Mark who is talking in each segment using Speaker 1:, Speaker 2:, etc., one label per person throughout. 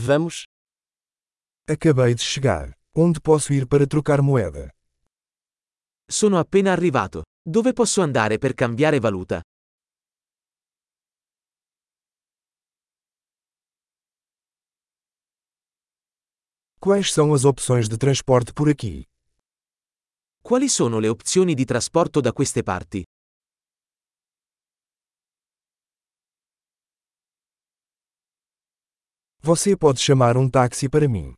Speaker 1: Vamos.
Speaker 2: Acabei de chegar. Onde posso ir para trocar moeda?
Speaker 1: Sono appena arrivato. Dove posso andare per cambiare valuta?
Speaker 2: Quais são as opções de transporte por aqui?
Speaker 1: Quali sono le opzioni di trasporto da queste parti?
Speaker 2: Você pode chamar um táxi para mim.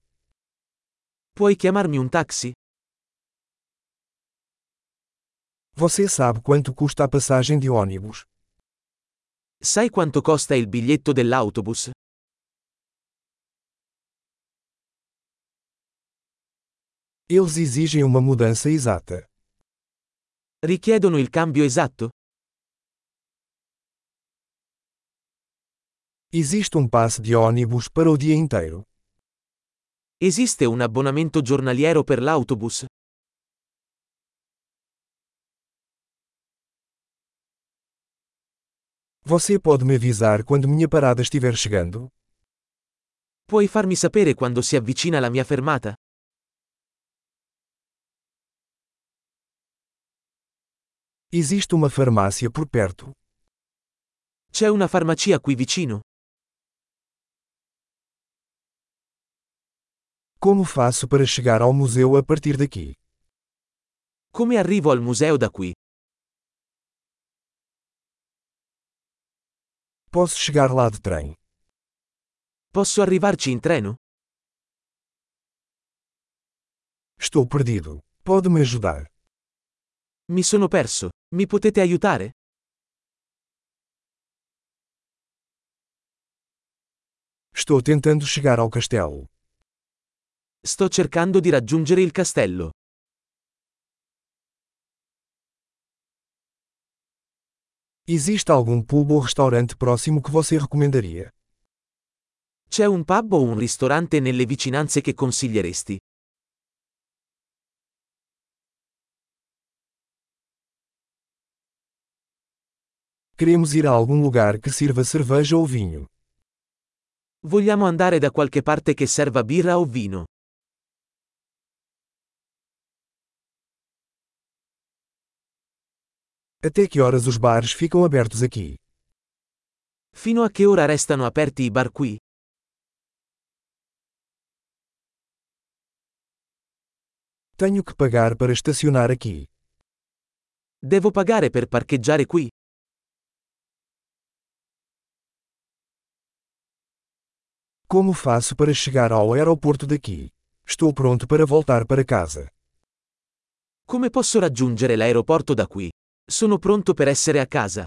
Speaker 1: Puoi chiamarmi un taxi?
Speaker 2: Você sabe quanto custa a passagem de ônibus?
Speaker 1: Sai quanto costa il biglietto dell'autobus?
Speaker 2: Eles exigem uma mudança exata.
Speaker 1: Richiedono il cambio esatto?
Speaker 2: Existe um passe de ônibus para o dia inteiro.
Speaker 1: Esiste un abbonamento giornaliero per l'autobus?
Speaker 2: Você pode me avisar quando minha parada estiver chegando?
Speaker 1: Puoi farmi sapere quando si avvicina la mia fermata?
Speaker 2: Existe uma farmácia por perto.
Speaker 1: C'è una farmacia qui vicino?
Speaker 2: Como faço para chegar ao museu a partir daqui?
Speaker 1: Come arrivo al museo da qui?
Speaker 2: Posso chegar lá de trem.
Speaker 1: Posso arrivarci in treno?
Speaker 2: Estou perdido. Pode me ajudar?
Speaker 1: Mi sono perso. Mi potete aiutare?
Speaker 2: Estou tentando chegar ao castelo.
Speaker 1: Sto cercando di raggiungere il castello.
Speaker 2: Existe algum pub ou restaurante próximo que você recomendaria?
Speaker 1: C'è un pub o un ristorante nelle vicinanze che consiglieresti?
Speaker 2: Queremos ir a algum lugar que sirva cerveja ou vinho.
Speaker 1: Vogliamo andare da qualche parte che serva birra o vino.
Speaker 2: Até que horas os bares ficam abertos aqui?
Speaker 1: Fino a che ora restano aperti i bar qui?
Speaker 2: Tenho que pagar para estacionar aqui.
Speaker 1: Devo pagare per parcheggiare qui?
Speaker 2: Como faço para chegar ao aeroporto daqui? Estou pronto para voltar para casa.
Speaker 1: Come posso raggiungere l'aeroporto da qui? Sono pronto per essere a casa.